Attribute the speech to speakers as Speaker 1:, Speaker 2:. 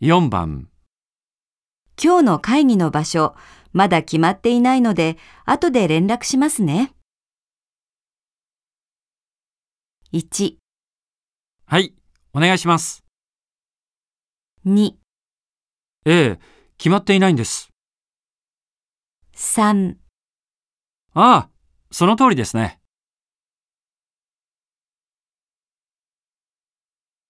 Speaker 1: 4番、
Speaker 2: 今日の会議の場所、まだ決まっていないので、後で連絡しますね。1、
Speaker 1: はい、お願いします。
Speaker 2: 2、
Speaker 1: ええ、決まっていないんです。
Speaker 2: 3
Speaker 1: ああ、その通りですね。